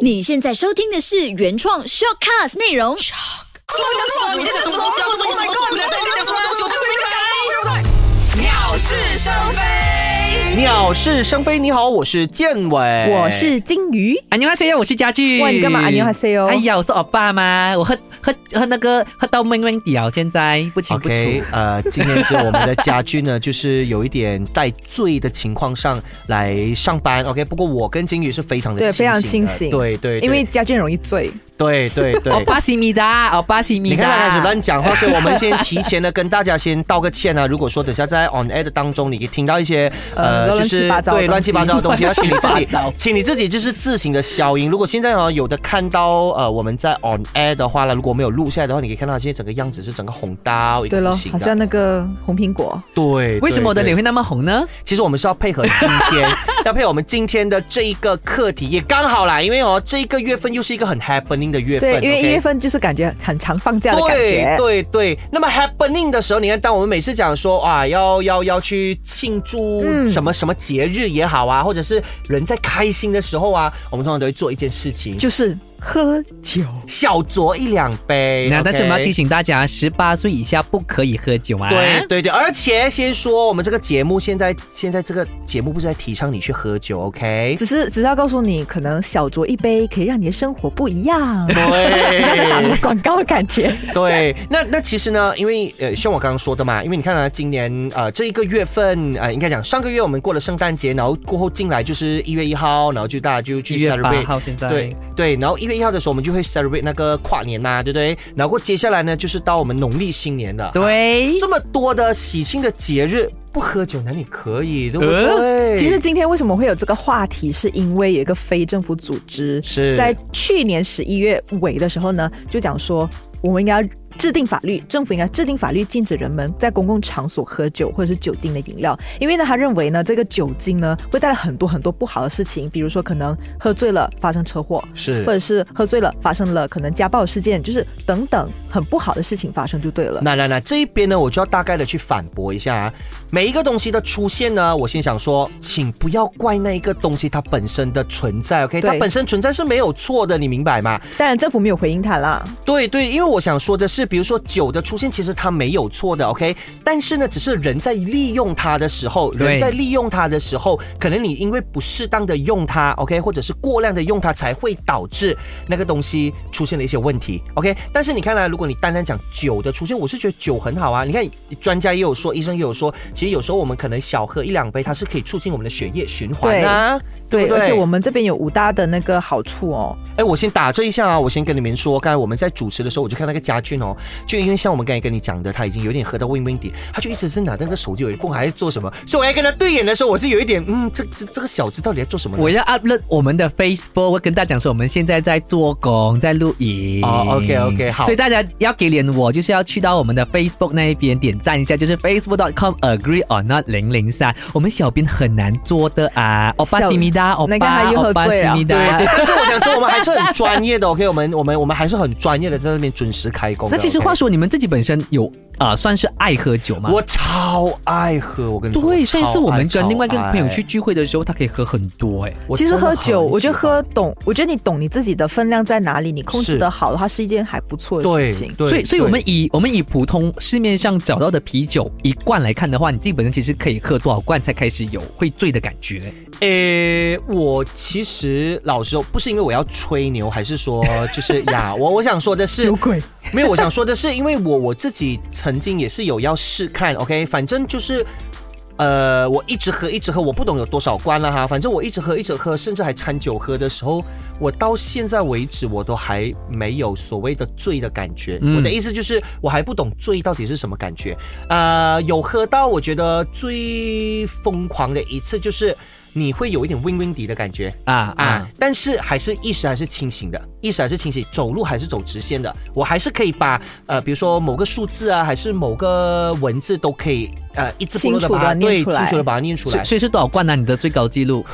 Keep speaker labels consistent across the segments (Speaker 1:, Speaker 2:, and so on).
Speaker 1: 你现在收听的是原创 shortcast 内容。
Speaker 2: 什么叫什么？你在讲什么东西啊？我 Oh my god！你在讲什么东西？我不明白。鸟是生非。
Speaker 3: 鸟是生非，你好，我是建伟，
Speaker 4: 我是金鱼，
Speaker 5: 안녕하세요，我是家具。
Speaker 4: 哇你干嘛안녕하세요
Speaker 2: 哦
Speaker 5: 哎呀，我是欧巴吗？我喝喝喝那个喝到闷闷屌，现在不清不楚。
Speaker 3: OK，呃，今天是我们的家居呢，就是有一点带醉的情况上来上班。OK，不过我跟金宇是非常的
Speaker 4: 对非
Speaker 3: 清
Speaker 4: 常
Speaker 3: 醒
Speaker 4: 清醒
Speaker 3: 的，对对，对
Speaker 4: 因为家眷容易醉。
Speaker 3: 对对对
Speaker 5: 欧。巴西米达，啊欧巴西
Speaker 3: 哎你
Speaker 5: 米
Speaker 3: 看他开始
Speaker 5: 达。
Speaker 3: 乱讲话，所以我们先提前的跟大家先道个歉啊。如果说等下在 on air 的当中，你可以听到一些
Speaker 4: 呃
Speaker 3: 就
Speaker 4: 乱七
Speaker 3: 是
Speaker 4: 八糟的
Speaker 3: 对
Speaker 4: 东西
Speaker 3: 乱七八糟的东西，要
Speaker 5: 乱
Speaker 3: 请
Speaker 5: 七
Speaker 3: 你自
Speaker 5: 八
Speaker 3: 己
Speaker 5: 糟，
Speaker 3: 请你自己就是自行的消音。如果现在呢有的看到呃我们在 on air 的话呢，如果没有录下来的话，你可以看到现在整个样子是整个红到一
Speaker 4: 对
Speaker 3: 个
Speaker 4: 咯
Speaker 3: 不行，
Speaker 4: 好
Speaker 3: 的
Speaker 4: 像。那个红苹果，
Speaker 3: 对，
Speaker 5: 为什么我的
Speaker 3: 对
Speaker 5: 脸？会那么红呢？
Speaker 3: 对其实我们是要配合今天，要配合我们今天的这一个课题，也刚好啦，因为哦这一个月份又是一个很 happening 的月份，
Speaker 4: 对，因为
Speaker 3: OK？
Speaker 4: 一月份就是感觉很常放假的感觉。
Speaker 3: 对对对，那么 happening 的时候，你看，当我们每次讲说啊，要要要去庆祝
Speaker 4: 嗯
Speaker 3: 什么、什么节日也好啊，或者是人在开心的时候啊，我们通常都会做一件事情，就
Speaker 4: 就是喝酒，
Speaker 3: 小酌一两杯。
Speaker 5: 那但是我们要
Speaker 3: OK？
Speaker 5: 提醒大家，十八岁以下不可以喝酒啊。
Speaker 3: 对对对，而且先说我们这个节目现在现在这个节目不是在提倡你去喝酒，OK？。
Speaker 4: 只是只是要告诉你，可能小酌一杯可以让你的生活不一样
Speaker 3: 对
Speaker 4: 打广告的感觉，
Speaker 3: 对，那那其实呢，因为呃，像我刚刚说的嘛，因为你看啊，今年呃这一个月份呃，应该讲上个月我们过了圣诞节，然后过后进来就是一月一号，然后就大家就
Speaker 5: 一
Speaker 3: 去
Speaker 5: 月八
Speaker 3: celebrate。
Speaker 5: 号现在。
Speaker 3: 对对，然后一月一号的时候，我们就会 celebrate 那个跨年嘛，对不对？然后过接下来呢，就是到我们农历新年了。
Speaker 5: 对
Speaker 3: 这么多的喜庆的节日，不喝酒哪里可以？对不 对？
Speaker 5: 嗯
Speaker 4: 其实今天为什么会有这个话题，是因为有一个非政府组织
Speaker 3: 是
Speaker 4: 在去年十一月尾的时候呢，就讲说我们应该制定法律，政府应该制定法律禁止人们在公共场所喝酒或者是酒精的饮料，因为呢，他认为呢，这个酒精呢会带来很多很多不好的事情，比如说可能喝醉了发生车祸，
Speaker 3: 是
Speaker 4: 或者是喝醉了发生了可能家暴事件，就是等等很不好的事情发生就对了。
Speaker 3: 那那那这一边呢，我就要大概的去反驳一下、啊，每一个东西的出现呢，我先想说，请不要怪那一个东西它本身的存在，OK？
Speaker 4: 对
Speaker 3: 它本身存在是没有错的，你明白吗？
Speaker 4: 当然，政府没有回应他啦，
Speaker 3: 对对，因为我想说的是，比如说酒的出现，其实它没有错的，OK？但是呢，只是人在利用它的时候，
Speaker 5: 对
Speaker 3: 人在利用它的时候，可能你因为不适当的用它，OK，或者是过量的用它，才会导致那个东西出现了一些问题，OK？但是你看来，如果你单单讲酒的出现，我是觉得酒很好啊。你看，专家也有说，医生也有说，其实有时候我们可能小喝一两杯，它是可以促进我们的血液循环啊，对不对？
Speaker 4: 而且我们这边有五大的那个好处哦。
Speaker 3: 哎，我先打这一下啊！我先跟你们说，刚才我们在主持的时候，我就看那个家俊哦，就因为像我们刚才跟你讲的，他已经有点喝到 win win 底，他就一直是拿着那个手机有一空，还在做什么？所以我在跟他对眼的时候，我是有一点，嗯，这这这个小子到底在做什么呢？
Speaker 5: 我要 upload 我们的 Facebook，我跟大家讲说我们现在在做工，在录影。
Speaker 3: 哦，OK，OK，好
Speaker 5: 所以大家要给脸我，就是要去到我们的 Facebook 那一边点赞一下，就是 facebook.com agree or not 零零三。我们小编很难做的啊，欧巴
Speaker 4: 小
Speaker 5: 西米达，欧
Speaker 4: 那个
Speaker 5: 巴
Speaker 4: 他又
Speaker 5: 欧
Speaker 4: 喝
Speaker 5: 巴
Speaker 4: 醉
Speaker 5: 西
Speaker 4: 了
Speaker 5: 米
Speaker 3: 对
Speaker 5: 达
Speaker 3: 对，。但是我想说，我们还是很专业的，OK，我们我们我们还是很专业的，在那边准时开工的。
Speaker 5: 那其实
Speaker 3: OK
Speaker 5: 话说，你们自己本身有啊、呃算是爱喝酒吗？
Speaker 3: 我超爱喝，我跟你说，
Speaker 5: 对，
Speaker 3: 我
Speaker 5: 上一次
Speaker 3: 超
Speaker 5: 我们
Speaker 3: 爱
Speaker 5: 跟另外一个
Speaker 3: 超爱
Speaker 5: 朋友去聚会的时候，他可以喝很多哎、
Speaker 3: 我
Speaker 4: 其实
Speaker 3: 真的
Speaker 4: 喝
Speaker 3: 很
Speaker 4: 酒，我觉得
Speaker 3: 喜欢
Speaker 4: 喝懂，我觉得你懂你自己的分量在哪里，你控制
Speaker 3: 是
Speaker 4: 得好的话，是一件还不错的
Speaker 3: 对
Speaker 4: 事情。
Speaker 3: 对，
Speaker 5: 所以，所以我
Speaker 3: 对
Speaker 5: 们以我们以普通市面上找到的啤酒一罐来看的话，你自己本身其实可以喝多少罐才开始有会醉的感觉？
Speaker 3: 诶，呃我其实老实说，不是因为我要吹牛，还是说就是呀，我我想说的 是，
Speaker 4: 鬼，
Speaker 3: 没有，我想说的是，因为我我自己曾经也是有要试看，OK，反正就是。呃，我一直喝，一直喝，我不懂有多少关了哈。反正我一直喝，一直喝，甚至还掺酒喝的时候，我到现在为止我都还没有所谓的醉的感觉。
Speaker 5: 嗯
Speaker 3: 我的意思就是，我还不懂醉到底是什么感觉。呃，有喝到，我觉得最疯狂的一次就是你会有一点 win win 底的感觉。
Speaker 5: 啊
Speaker 3: 啊
Speaker 5: 啊！，
Speaker 3: 但是还是意识还是清醒的，意识还是清醒，走路还是走直线的，我还是可以把呃，比如说某个数字啊，还是某个文字都可以呃一字不漏的
Speaker 4: 清楚地
Speaker 3: 把它
Speaker 4: 念
Speaker 3: 对
Speaker 4: 出来
Speaker 3: 清楚的把它念出
Speaker 5: 所以
Speaker 3: 来。
Speaker 5: 所以是多少罐呢、你的最高记录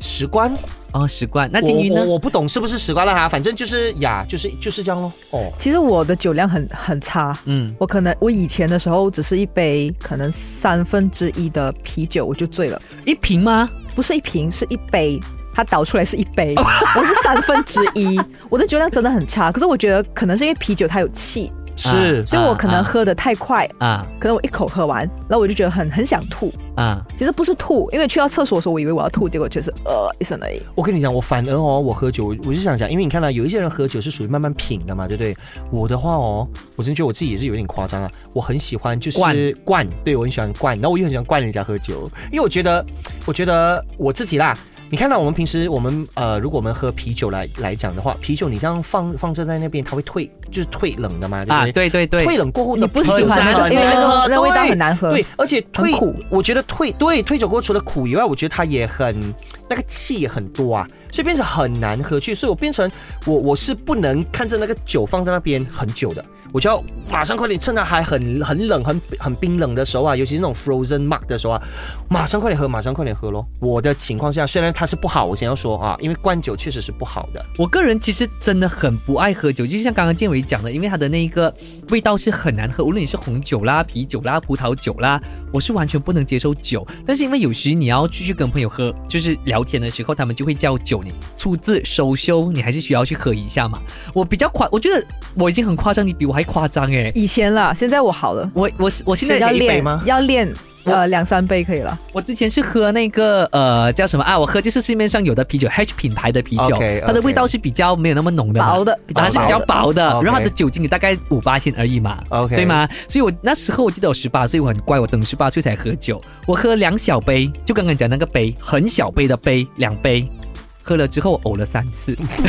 Speaker 3: 十关，
Speaker 5: 哦，十罐。那金鱼
Speaker 3: 我
Speaker 5: 呢
Speaker 3: 我？我不懂是不是十关了哈，反正就是呀，就是就是这样咯。哦，
Speaker 4: 其实我的酒量很很差。
Speaker 5: 嗯，
Speaker 4: 我可能我以前的时候只是一杯可能三分之一的啤酒我就醉了，
Speaker 5: 一瓶吗？
Speaker 4: 不是一瓶是一杯，它倒出来是一 杯，我是三分之一，我的酒量真的很差。可是我觉得可能是因为啤酒它有气，
Speaker 3: 是
Speaker 5: 啊
Speaker 4: 所以我可能喝的太快，
Speaker 5: 啊
Speaker 4: 可能我一口喝完，然后我就觉得很很想吐。
Speaker 5: 啊，
Speaker 4: 其实不是吐，因为去到厕所的时候，我以为我要吐，结果就是呃一声而已。
Speaker 3: 我跟你讲，我反而哦，我喝酒，我就想讲，因为你看到、啊有一些人喝酒是属于慢慢品的嘛，对不对？我的话哦，我真觉得我自己也是有点夸张啊，我很喜欢就是
Speaker 5: 灌
Speaker 3: 灌，对我很喜欢灌，然后我又很喜欢灌人家喝酒，因为我觉得，我觉得我自己啦。你看到我们平时我们呃，如果我们喝啤酒来来讲的话，啤酒你这样放放置在那边，它会退，就是退冷的嘛，对不
Speaker 5: 啊
Speaker 3: 对？
Speaker 5: 对对对，
Speaker 3: 退冷过后
Speaker 4: 你
Speaker 3: 的
Speaker 4: 不
Speaker 3: 很
Speaker 4: 喜欢那
Speaker 3: 难
Speaker 4: 个，因为那
Speaker 3: 喝
Speaker 4: 个那味道
Speaker 3: 啊对
Speaker 4: 很难喝。
Speaker 3: 对，而且退
Speaker 4: 很苦
Speaker 3: 我觉得退对退酒过后除了苦以外，我觉得它也很那个气也很多啊，所以变成很难喝去，所以我变成我我是不能看着那个酒放在那边很久的，我就要马上快点趁它还很很冷很很冰冷的时候啊，尤其是那种 frozen mug 的时候啊，马上快点喝，马上快点喝咯。我的情况下虽然它是不好，我先要说啊，因为灌酒确实是不好的，
Speaker 5: 我个人其实真的很不爱喝酒，就像刚刚建伟讲的，因为它的那一个味道是很难喝，无论你是红酒啦、啤酒啦、葡萄酒啦，我是完全不能接受酒。但是因为有时你要继续跟朋友喝，就是聊天的时候，他们就会叫酒你出自手修，你还是需要去喝一下嘛。我比较夸，我觉得我已经很夸张，你比我还夸张诶。
Speaker 4: 以前啦，现在我好了，
Speaker 5: 我我是我现在
Speaker 4: 要
Speaker 3: 一杯
Speaker 4: 练
Speaker 3: 吗
Speaker 4: 要练呃两三杯可以 了。
Speaker 5: 我之前是喝那个呃叫什么啊？我喝就是市面上有的啤酒，H 品牌的啤酒
Speaker 3: OK，OK
Speaker 5: 它的味道是比较没有那么浓的嘛，
Speaker 4: 薄的比较
Speaker 5: 啊它是比较薄的，
Speaker 3: 薄
Speaker 5: 然后
Speaker 3: 的
Speaker 5: 它的
Speaker 3: OK
Speaker 5: 酒精也大概五八千而已嘛
Speaker 3: OK
Speaker 5: 对吗？所以我那时候我记得我十八岁，我很乖，我等十八岁才喝酒，我喝两小杯，就刚刚你讲那个杯，很小杯的杯，两杯。喝了之后，我呕了三次，
Speaker 4: 你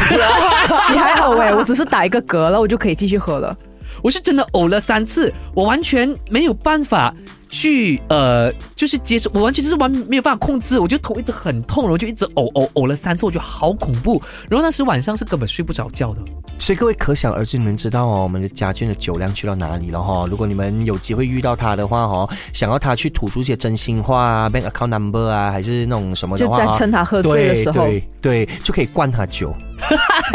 Speaker 4: 还好哎、我只是打一个嗝了，我就可以继续 喝了。
Speaker 5: 我是真的呕了三次，我完全没有办法去呃，就是接受，我完全就是完没有办法控制，我就头一直很痛，然后就一直呕呕呕了三次，我觉得好恐怖。然后那时晚上是根本睡不着觉的。
Speaker 3: 所以各位可想而知，你们知道哦，我们的家俊的酒量去到哪里了哈、如果你们有机会遇到他的话哦，想要他去吐出一些真心话啊，bank account number 啊，还是那种什么的
Speaker 4: 就
Speaker 3: 话、
Speaker 4: 在
Speaker 3: 哦，
Speaker 4: 趁他喝醉的时候，
Speaker 3: 对对对，就可以灌他酒。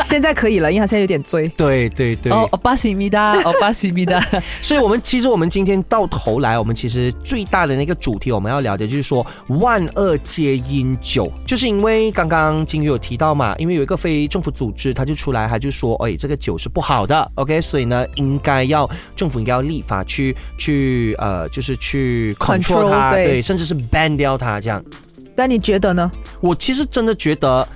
Speaker 4: 现在可以了，因为他现在有点醉。
Speaker 3: 对对对，
Speaker 5: 哦，欧巴西米达，欧巴西米达，
Speaker 3: 所以我们其实我们今天到头来，我们其实最大的那个主题我们要聊的就是说万恶皆因酒，就是因为刚刚金鱼有提到嘛，因为有一个非政府组织，他就出来他就说，哎，这个酒是不好的，OK，所以呢，应该要政府应该要立法去去呃，就是去 control
Speaker 4: Control，
Speaker 3: 它，
Speaker 4: 对
Speaker 3: 对，甚至是 ban 掉它这样。
Speaker 4: 但你觉得呢？
Speaker 3: 我其实真的觉得，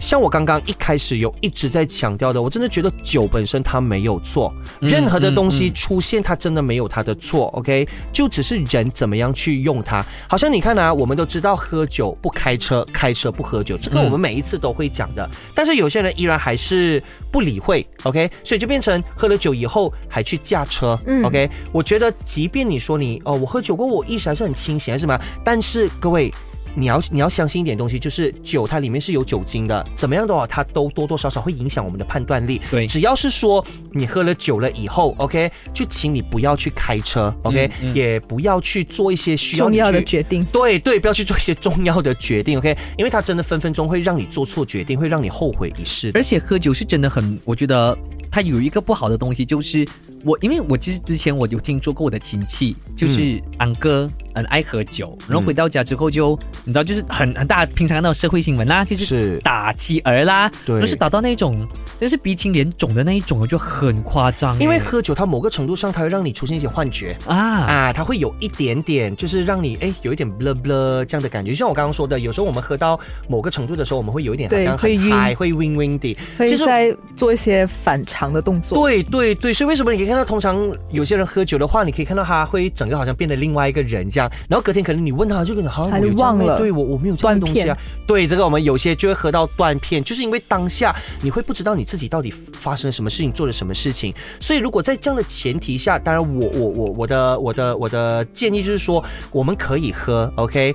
Speaker 3: 像我刚刚一开始有一直在强调的，我真的觉得酒本身它没有错，
Speaker 5: 嗯
Speaker 3: 任何的东西
Speaker 5: 嗯嗯
Speaker 3: 出现它真的没有它的错，OK，就只是人怎么样去用它。好像你看啊，我们都知道喝酒不开车，开车不喝酒，这个
Speaker 5: 嗯
Speaker 3: 我们每一次都会讲的，但是有些人依然还是不理会，OK，所以就变成喝了酒以后还去驾车、
Speaker 4: 嗯
Speaker 3: o k 我觉得即便你说你哦，我喝酒过，我意识还是很清醒，还是什么样，但是各位。你要你要相信一点东西，就是酒它里面是有酒精的，怎么样的话，它都多多少少会影响我们的判断力。
Speaker 5: 对
Speaker 3: 只要是说你喝了酒了以后，OK，就请你不要去开车，OK，、
Speaker 5: 嗯嗯
Speaker 3: 也不要去做一些需要
Speaker 4: 重
Speaker 3: 你
Speaker 4: 要的
Speaker 3: 去
Speaker 4: 决定，
Speaker 3: 对对，不要去做一些重要的决定，OK，因为它真的分分钟会让你做错决定，会让你后悔一世的。
Speaker 5: 而且喝酒是真的很，我觉得它有一个不好的东西，就是我，因为我其实之前我有听说过我的亲戚，就是俺哥很爱喝酒，然后回到家之后就，你知道，就是很很大，平常那种社会新闻啦，就是
Speaker 3: 是
Speaker 5: 打妻儿啦，
Speaker 3: 对
Speaker 5: 就是打到那种就是鼻青脸肿的那一种，我就很夸张欸。
Speaker 3: 因为喝酒，它某个程度上它会让你出现一些幻觉。
Speaker 5: 啊，
Speaker 3: 啊，它会有一点点，就是让你哎有一点 blah blah 这样的感觉。就像我刚刚说的，有时候我们喝到某个程度的时候，我们会有一点好
Speaker 4: 对
Speaker 3: 像
Speaker 4: 会
Speaker 3: 很
Speaker 4: 晕
Speaker 3: 嗨，会 win win 的。
Speaker 4: 会
Speaker 3: 其实
Speaker 4: 在做一些反常的动作。
Speaker 3: 对对对，所以为什么你可以看到，通常有些人喝酒的话，你可以看到他会整个好像变得另外一个人这样，然后隔天可能你问他，就可能好像
Speaker 4: 他
Speaker 3: 我
Speaker 4: 就
Speaker 3: 有这样
Speaker 4: 忘
Speaker 3: 的
Speaker 4: 了
Speaker 3: 对我我没有这样的东
Speaker 4: 断
Speaker 3: 西
Speaker 4: 片
Speaker 3: 啊。对，这个我们有些就会喝到断片，就是因为当下你会不知道你自己到底发生了什么事情，做了什么事情。所以如果在这样的前提下，当然我我我我的我的我的建议就是说，我们可以喝，OK。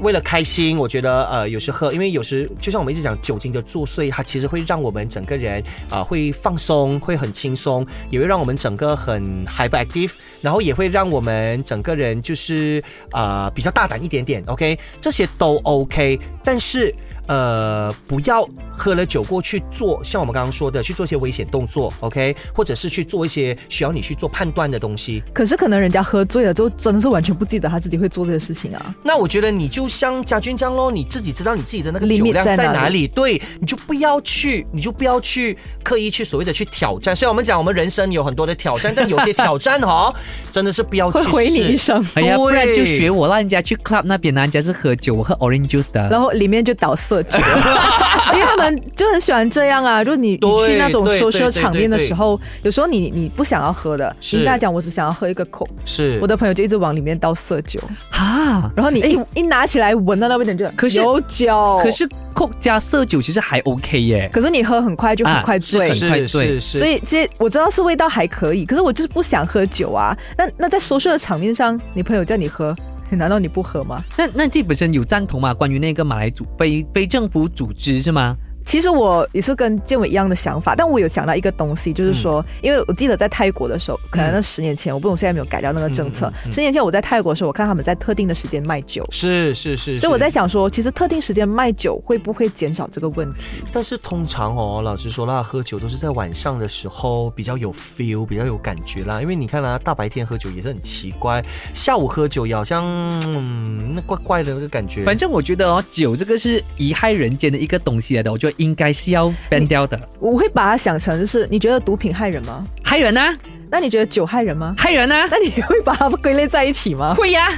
Speaker 3: 为了开心，我觉得呃，有时喝，因为有时就像我们一直讲酒精的作祟，它其实会让我们整个人啊、呃会放松，会很轻松，也会让我们整个很 hyperactive，然后也会让我们整个人就是啊比较大胆一点点，OK，这些都 OK，但是呃不要喝了酒过去做，像我们刚刚说的，去做一些危险动作，OK，或者是去做一些需要你去做判断的东西，
Speaker 4: 可是可能人家喝醉了之后，真的是完全不记得他自己会做这些事情啊。
Speaker 3: 那我觉得你就像家军这样咯，你自己知道你自己的那个
Speaker 4: Limit
Speaker 3: 酒量
Speaker 4: 在哪
Speaker 3: 在
Speaker 4: 里
Speaker 3: 哪里，对，你就不要去，你就不要去刻意去所谓的去挑战。虽然我们讲我们人生有很多的挑战，但有些挑战哦，真的是不要去
Speaker 4: 会回你
Speaker 3: 试
Speaker 4: 一生
Speaker 5: 哎呀，不然就学
Speaker 3: 对
Speaker 5: 我，让人家去 club 那边呢，人家是喝酒，我喝 orange juice 的。
Speaker 4: 然后里面就倒 色酒，因为他们就很喜欢这样啊。就是你你
Speaker 3: 对
Speaker 4: 去那种
Speaker 3: 对
Speaker 4: social
Speaker 3: 对对
Speaker 4: 场面的时候，有时候你你不想要喝的，
Speaker 3: 是
Speaker 4: 你跟他讲我只想要喝一个 coke，
Speaker 3: 是
Speaker 4: 我的朋友就一直往里面倒色酒，
Speaker 5: 哈，
Speaker 4: 然后
Speaker 3: 哎
Speaker 4: 你一、一拿起来闻到那味点就
Speaker 5: 可是
Speaker 4: 有酒，
Speaker 5: 可是 coke 加色酒其实还 OK 耶，
Speaker 3: 哦
Speaker 4: 可是你喝很快就很快醉。
Speaker 5: 是快
Speaker 3: 啊是
Speaker 5: 对
Speaker 3: 是是，
Speaker 4: 所以其实我知道是味道还可以，可是我就是不想喝酒啊。那那在 social 的场面上，你朋友叫你喝，难道你不喝吗？
Speaker 5: 那那自己本身有赞同嘛？关于那个马来组非非政府组织是吗？
Speaker 4: 其实我也是跟建伟一样的想法，但我有想到一个东西，就是说，因为我记得在泰国的时候，可能那十年前，我不懂现在有没有改掉那个政策。十年前我在泰国的时候，我看他们在特定的时间卖酒，
Speaker 3: 是是是，
Speaker 4: 所以我
Speaker 3: 是，
Speaker 4: 在想说，其实特定时间卖酒会不会减少这个问题？
Speaker 3: 但是通常哦，老实说啦，喝酒都是在晚上的时候比较有 feel，比较有感觉啦。因为你看啊，大白天喝酒也是很奇怪，下午喝酒也好像嗯，那怪怪的那个感觉。
Speaker 5: 反正我觉得哦，酒这个是贻害人间的一个东西来的，我觉得应该是要 ban 掉
Speaker 3: 嗯
Speaker 5: 的。
Speaker 4: 我会把它想成就是，你觉得毒品害人吗？
Speaker 5: 害人呐、
Speaker 4: 那你觉得酒害人吗？
Speaker 5: 害人呐、
Speaker 4: 那你会把它归类在一 起吗？
Speaker 5: 会呀、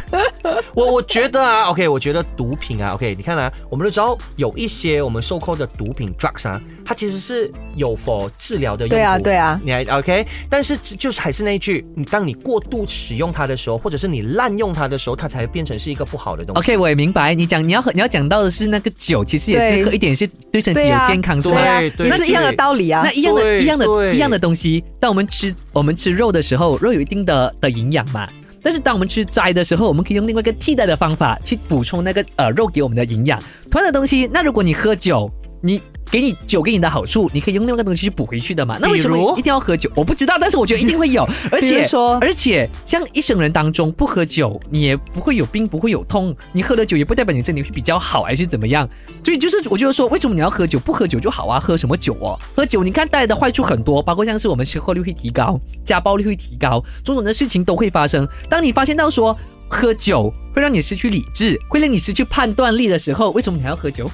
Speaker 3: 我我觉得啊，OK，我觉 得毒品啊，OK，你看啊，我们都知道有一些我们受扣的毒品 drugs 啊，它其实是有 for 治疗的用途。
Speaker 4: 对啊，对啊，
Speaker 3: 你还 OK，但是只就是还是那一句，你当你过度使用它的时候，或者是你滥用它的时候，它才会变成是一个不好的东西。
Speaker 5: OK，我也明白你讲你要喝你要讲到的是那个酒，其实也
Speaker 4: 对
Speaker 5: 是喝一点是对身体
Speaker 4: 对
Speaker 5: 有
Speaker 4: 啊
Speaker 5: 健康是
Speaker 4: 对
Speaker 5: 吧？
Speaker 4: 啊，
Speaker 3: 对
Speaker 4: 也是一样的道理啊
Speaker 5: 那。一样的、
Speaker 3: 对
Speaker 5: 一样的、
Speaker 3: 对
Speaker 5: 一样的东西，当我们吃我们吃肉的时候，肉有一定的的营养嘛。但是当我们吃斋的时候，我们可以用另外一个替代的方法去补充那个呃肉给我们的营养。同样的东西，那如果你喝酒，你给你酒给你的好处，你可以用另外一个东西去补回去的嘛。那为什
Speaker 3: 比如
Speaker 5: 么一定要喝酒？我不知道，但是我觉得一定会有。而
Speaker 4: 比
Speaker 5: 且
Speaker 4: 如说
Speaker 5: 而且像一生人当中不喝酒，你也不会有病，不会有痛。你喝了酒也不代表你身体会比较好，还是怎么样。所以就是我就是说，为什么你要喝酒？不喝酒就好啊，喝什么酒哦？喝酒你看带来的坏处很多，包括像是我们吃货率会提高，家暴率会提高，种种的事情都会发生。当你发现到说喝酒会让你失去理智，会让你失去判断力的时候，为什么你还要喝酒？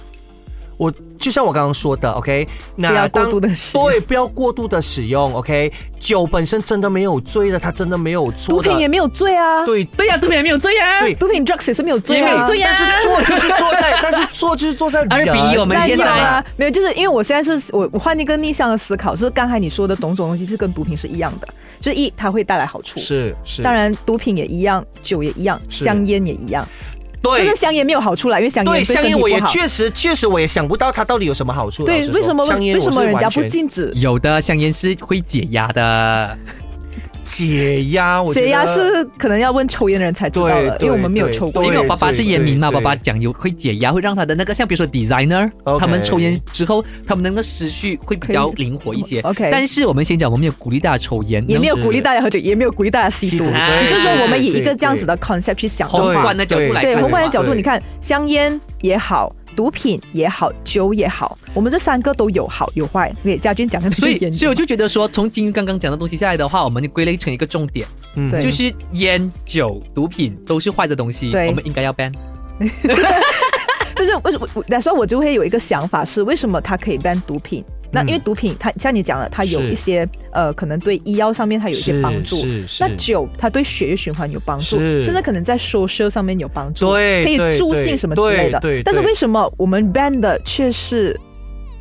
Speaker 3: 我就像我刚刚说的，OK，那
Speaker 4: 不要过
Speaker 3: 当
Speaker 4: 度地使用
Speaker 3: 对，不要过度的使用，OK，酒本身真的没有罪的，它真的没有
Speaker 4: 毒
Speaker 3: 错的，
Speaker 4: 品也没有罪啊，
Speaker 3: 对
Speaker 5: 对呀、对呀、没有罪啊呀、
Speaker 3: 对
Speaker 4: 毒品 drugs 也是没有罪
Speaker 5: 也
Speaker 4: 啊，
Speaker 5: 没有罪呀、
Speaker 3: 但是做就是做在， 但是做就是做在
Speaker 5: 二
Speaker 3: 人，
Speaker 5: 比一我们
Speaker 4: 那
Speaker 5: 现
Speaker 4: 有
Speaker 5: 在
Speaker 4: 啊，没有，就是因为我现在是我我换一个逆向的思考，就是刚才你说的种种东西是跟毒品是一样的，就是一它会带来好处，
Speaker 3: 是是，
Speaker 4: 当然毒品也一样，酒也一样，
Speaker 3: 是
Speaker 4: 香烟也一样，但
Speaker 3: 对
Speaker 4: 是香烟没有好处啦，因为香烟
Speaker 3: 对，
Speaker 4: 对身
Speaker 3: 香
Speaker 4: 体
Speaker 3: 烟我
Speaker 4: 不
Speaker 3: 也
Speaker 4: 好。
Speaker 3: 确实确实我也想不到它到底有什么好处。老
Speaker 4: 对，
Speaker 3: 实说
Speaker 4: 为什么
Speaker 3: 香烟
Speaker 4: 为什么
Speaker 3: 我是
Speaker 4: 人家
Speaker 3: 完
Speaker 4: 不
Speaker 3: 全
Speaker 4: 禁止？
Speaker 5: 有的香烟是会解压的，
Speaker 3: 解压？我觉得
Speaker 4: 解压是可能要问抽烟的人才知道
Speaker 3: 对
Speaker 4: 了，
Speaker 3: 对
Speaker 4: 因为我们没有抽过
Speaker 3: 对
Speaker 5: 因。为我爸爸是烟民嘛，爸
Speaker 3: 对对
Speaker 5: 爸讲有会解压，会让他的那个像比如说 designer，
Speaker 3: OK
Speaker 5: 他们抽烟之后，他们那个思绪会比较灵活一些。
Speaker 4: OK
Speaker 5: 但是我们先讲，我们没有鼓励大家抽烟，
Speaker 4: 也没有
Speaker 3: 是
Speaker 4: 鼓励大家喝酒，也没有鼓励大家吸毒
Speaker 3: 吸毒，
Speaker 5: 对
Speaker 4: 只是说我们以一
Speaker 3: 对
Speaker 4: 个
Speaker 3: 对
Speaker 4: 这样子的 concept 去想的
Speaker 5: 宏
Speaker 4: 话，
Speaker 5: 观的角度来看
Speaker 4: 对
Speaker 5: 的话，
Speaker 4: 宏观的角度，
Speaker 3: 对
Speaker 4: 你看香烟也好，毒品也好，酒也好，我们这三个都有好有坏。给家军讲的
Speaker 5: 所以，
Speaker 4: 严
Speaker 5: 所以我 就觉得说，从金鱼刚刚讲的东西下来的话，我们归类成一个重点，
Speaker 3: 嗯
Speaker 4: 对
Speaker 5: 就是烟、酒、毒品都是坏的东西，
Speaker 4: 对
Speaker 5: 我们应该要 ban。
Speaker 4: 但是为什么我那时候我就会有一个想法是，为什么它可以 ban 毒品？那
Speaker 5: 嗯
Speaker 4: 因为毒品它像你讲的，它有
Speaker 3: 是
Speaker 4: 一些呃，可能对医药上面它有一些帮助。
Speaker 3: 是是
Speaker 4: 那酒它对血液循环有帮助，
Speaker 3: 是
Speaker 4: 甚至可能在 social 上面有帮助，
Speaker 3: 对
Speaker 4: 可以助兴什么之类的
Speaker 3: 对对对。
Speaker 4: 但是为什么我们 ban 的却是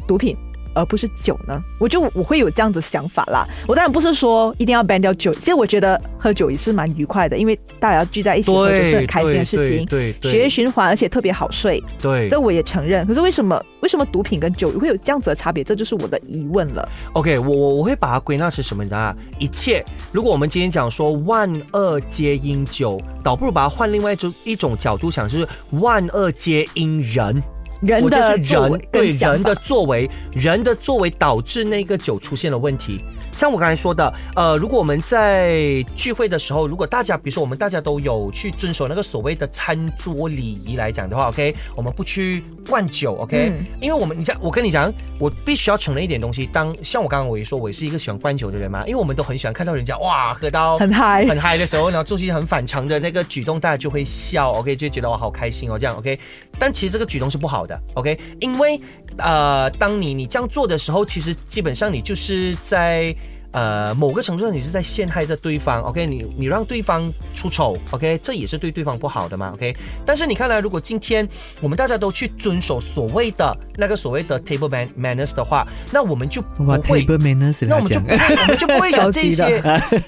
Speaker 4: 毒品？而不是酒呢？我就我会有这样子想法啦。我当然不是说一定要 ban 掉酒，其实我觉得喝酒也是蛮愉快的，因为大家聚在一起喝酒
Speaker 3: 对
Speaker 4: 是很开心的事情，
Speaker 3: 对对
Speaker 4: 血液循环，而且特别好睡。
Speaker 3: 对
Speaker 4: 这我也承认。可是为什么为什么毒品跟酒会有这样子的差别？这就是我的疑问了。
Speaker 3: OK，我我我会把它归纳成什么呢？一切，如果我们今天讲说万恶皆因酒，倒不如把它换另外一种一种角度想，就是万恶皆因人，
Speaker 4: 人
Speaker 3: 我就
Speaker 4: 的
Speaker 3: 是
Speaker 4: 作
Speaker 3: 人
Speaker 4: 为
Speaker 3: 对
Speaker 4: 跟想
Speaker 3: 人
Speaker 4: 法
Speaker 3: 的作为，人的作为导致那个酒出现了问题。像我刚才说的，呃，如果我们在聚会的时候，如果大家比如说我们大家都有去遵守那个所谓的餐桌礼仪来讲的话，OK，我们不去灌酒，OK，、
Speaker 4: 嗯
Speaker 3: 因为我们你讲，我跟你讲，我必须要承认一点东西，当像我刚刚我也说，我也是一个喜欢灌酒的人嘛，因为我们都很喜欢看到人家哇喝到
Speaker 4: 很嗨
Speaker 3: 很嗨的时候，然后做一些很反常的那个举动，大家就会笑，OK，就觉得我好开心哦，这样 OK。但其实这个举动是不好的，OK，因为呃，当你你这样做的时候，其实基本上你就是在。呃，某个程度上你是在陷害着对方，OK？你你让对方出丑，OK？这也是对对方不好的嘛，OK？但是你看来，如果今天我们大家都去遵守所谓的那个所谓的 table man manners 的话，那我们就不
Speaker 5: 哇
Speaker 3: 会
Speaker 5: ，table manners，
Speaker 3: 那我们就不会， 我们就不会有这
Speaker 4: 高级
Speaker 3: 些，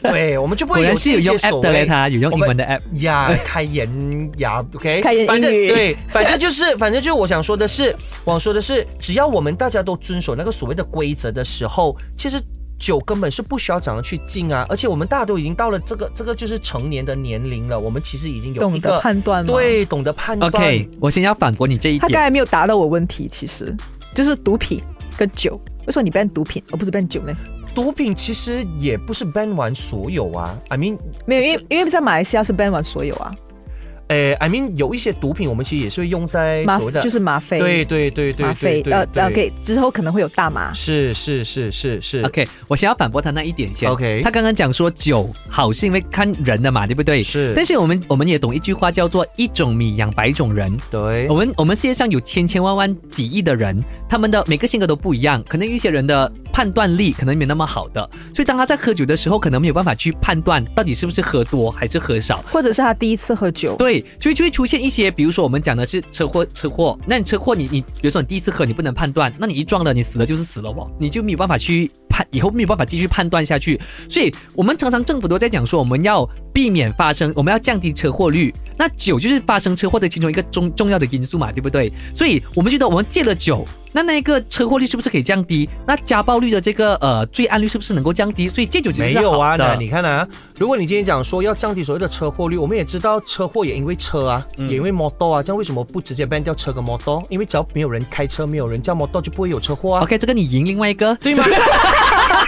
Speaker 3: 对，我们就不
Speaker 5: 果
Speaker 3: 会有
Speaker 5: 然
Speaker 3: 这
Speaker 5: 是有用
Speaker 3: 些
Speaker 5: app
Speaker 3: 所
Speaker 5: 的嘞，
Speaker 3: 谓
Speaker 5: 他有用英文的 app。
Speaker 3: 呀，开言呀，OK，
Speaker 4: 开言
Speaker 3: 反正
Speaker 4: 英语
Speaker 3: 对，反正就是，反正就是我想说的是，我想说的是，只要我们大家都遵守那个所谓的规则的时候，其实。酒根本是不需要怎样去敬啊，而且我们大家都已经到了这个这个就是成年的年龄了，我们其实已经有
Speaker 4: 懂
Speaker 3: 一
Speaker 4: 得
Speaker 3: 个
Speaker 4: 判断吗？，
Speaker 3: 对懂得判断
Speaker 5: OK，我先要反驳你这一
Speaker 4: 他刚
Speaker 5: 点。
Speaker 4: 才没有答到我问题，其实就是毒品跟酒。为什么你 ban 毒品而不是 ban 酒呢？
Speaker 3: 毒品其实也不是 ban 完所有啊，I mean
Speaker 4: 没有，因为因为在马来西亚是 ban 完所有啊，
Speaker 3: 呃，I mean 有一些毒品我们其实也是会用在
Speaker 4: 吗
Speaker 3: 所谓的
Speaker 4: 就是吗啡，
Speaker 3: 对对对对对
Speaker 4: 吗啡，
Speaker 3: 对
Speaker 4: 呃
Speaker 3: 对
Speaker 4: 呃，OK，之后可能会有大麻，
Speaker 3: 是是是是是
Speaker 5: OK，我先要反驳他那一点先。
Speaker 3: OK
Speaker 5: 他刚刚讲说酒好是因为看人的嘛，对不对？
Speaker 3: 是
Speaker 5: 但是我们我们也懂一句话叫做一种米养百种人。
Speaker 3: 对
Speaker 5: 我，们我们世界上有千千万万几亿的人，他们的每个性格都不一样，可能有一些人的判断力可能没那么好的，所以当他在喝酒的时候，可能没有办法去判断到底是不是喝多还是喝少。
Speaker 4: 或者是他第一次 喝酒，
Speaker 5: 对，所以就会出现一些，比如说我们讲的是车祸，车祸，那你车祸你你，比如说你第一次喝你不能判断，那你一撞了你死了就是死了哦，你就没有办法去判，以后没有办法继续判断下去。所以我们常常政府都在讲说我们要避免发生，我们要降低车祸率。那酒就是发生车祸的其中一个重重要的因素嘛，对不对？所以我们觉得我们戒了酒。那那个车祸率是不是可以降低？那家暴率的这个呃罪案率是不是能够降低？所以戒酒其实
Speaker 3: 没
Speaker 5: 是
Speaker 3: 有啊，
Speaker 5: 好的
Speaker 3: 那你看啊，如果你今天讲说要降低所谓的车祸率，我们也知道车祸也因为车啊，
Speaker 5: 嗯
Speaker 3: 也因为摩托啊，这样为什么不直接 ban 掉车跟摩托？因为只要没有人开车，没有人叫摩托，就不会有车祸啊。
Speaker 5: OK，这个你赢另外一个，
Speaker 3: 对吗？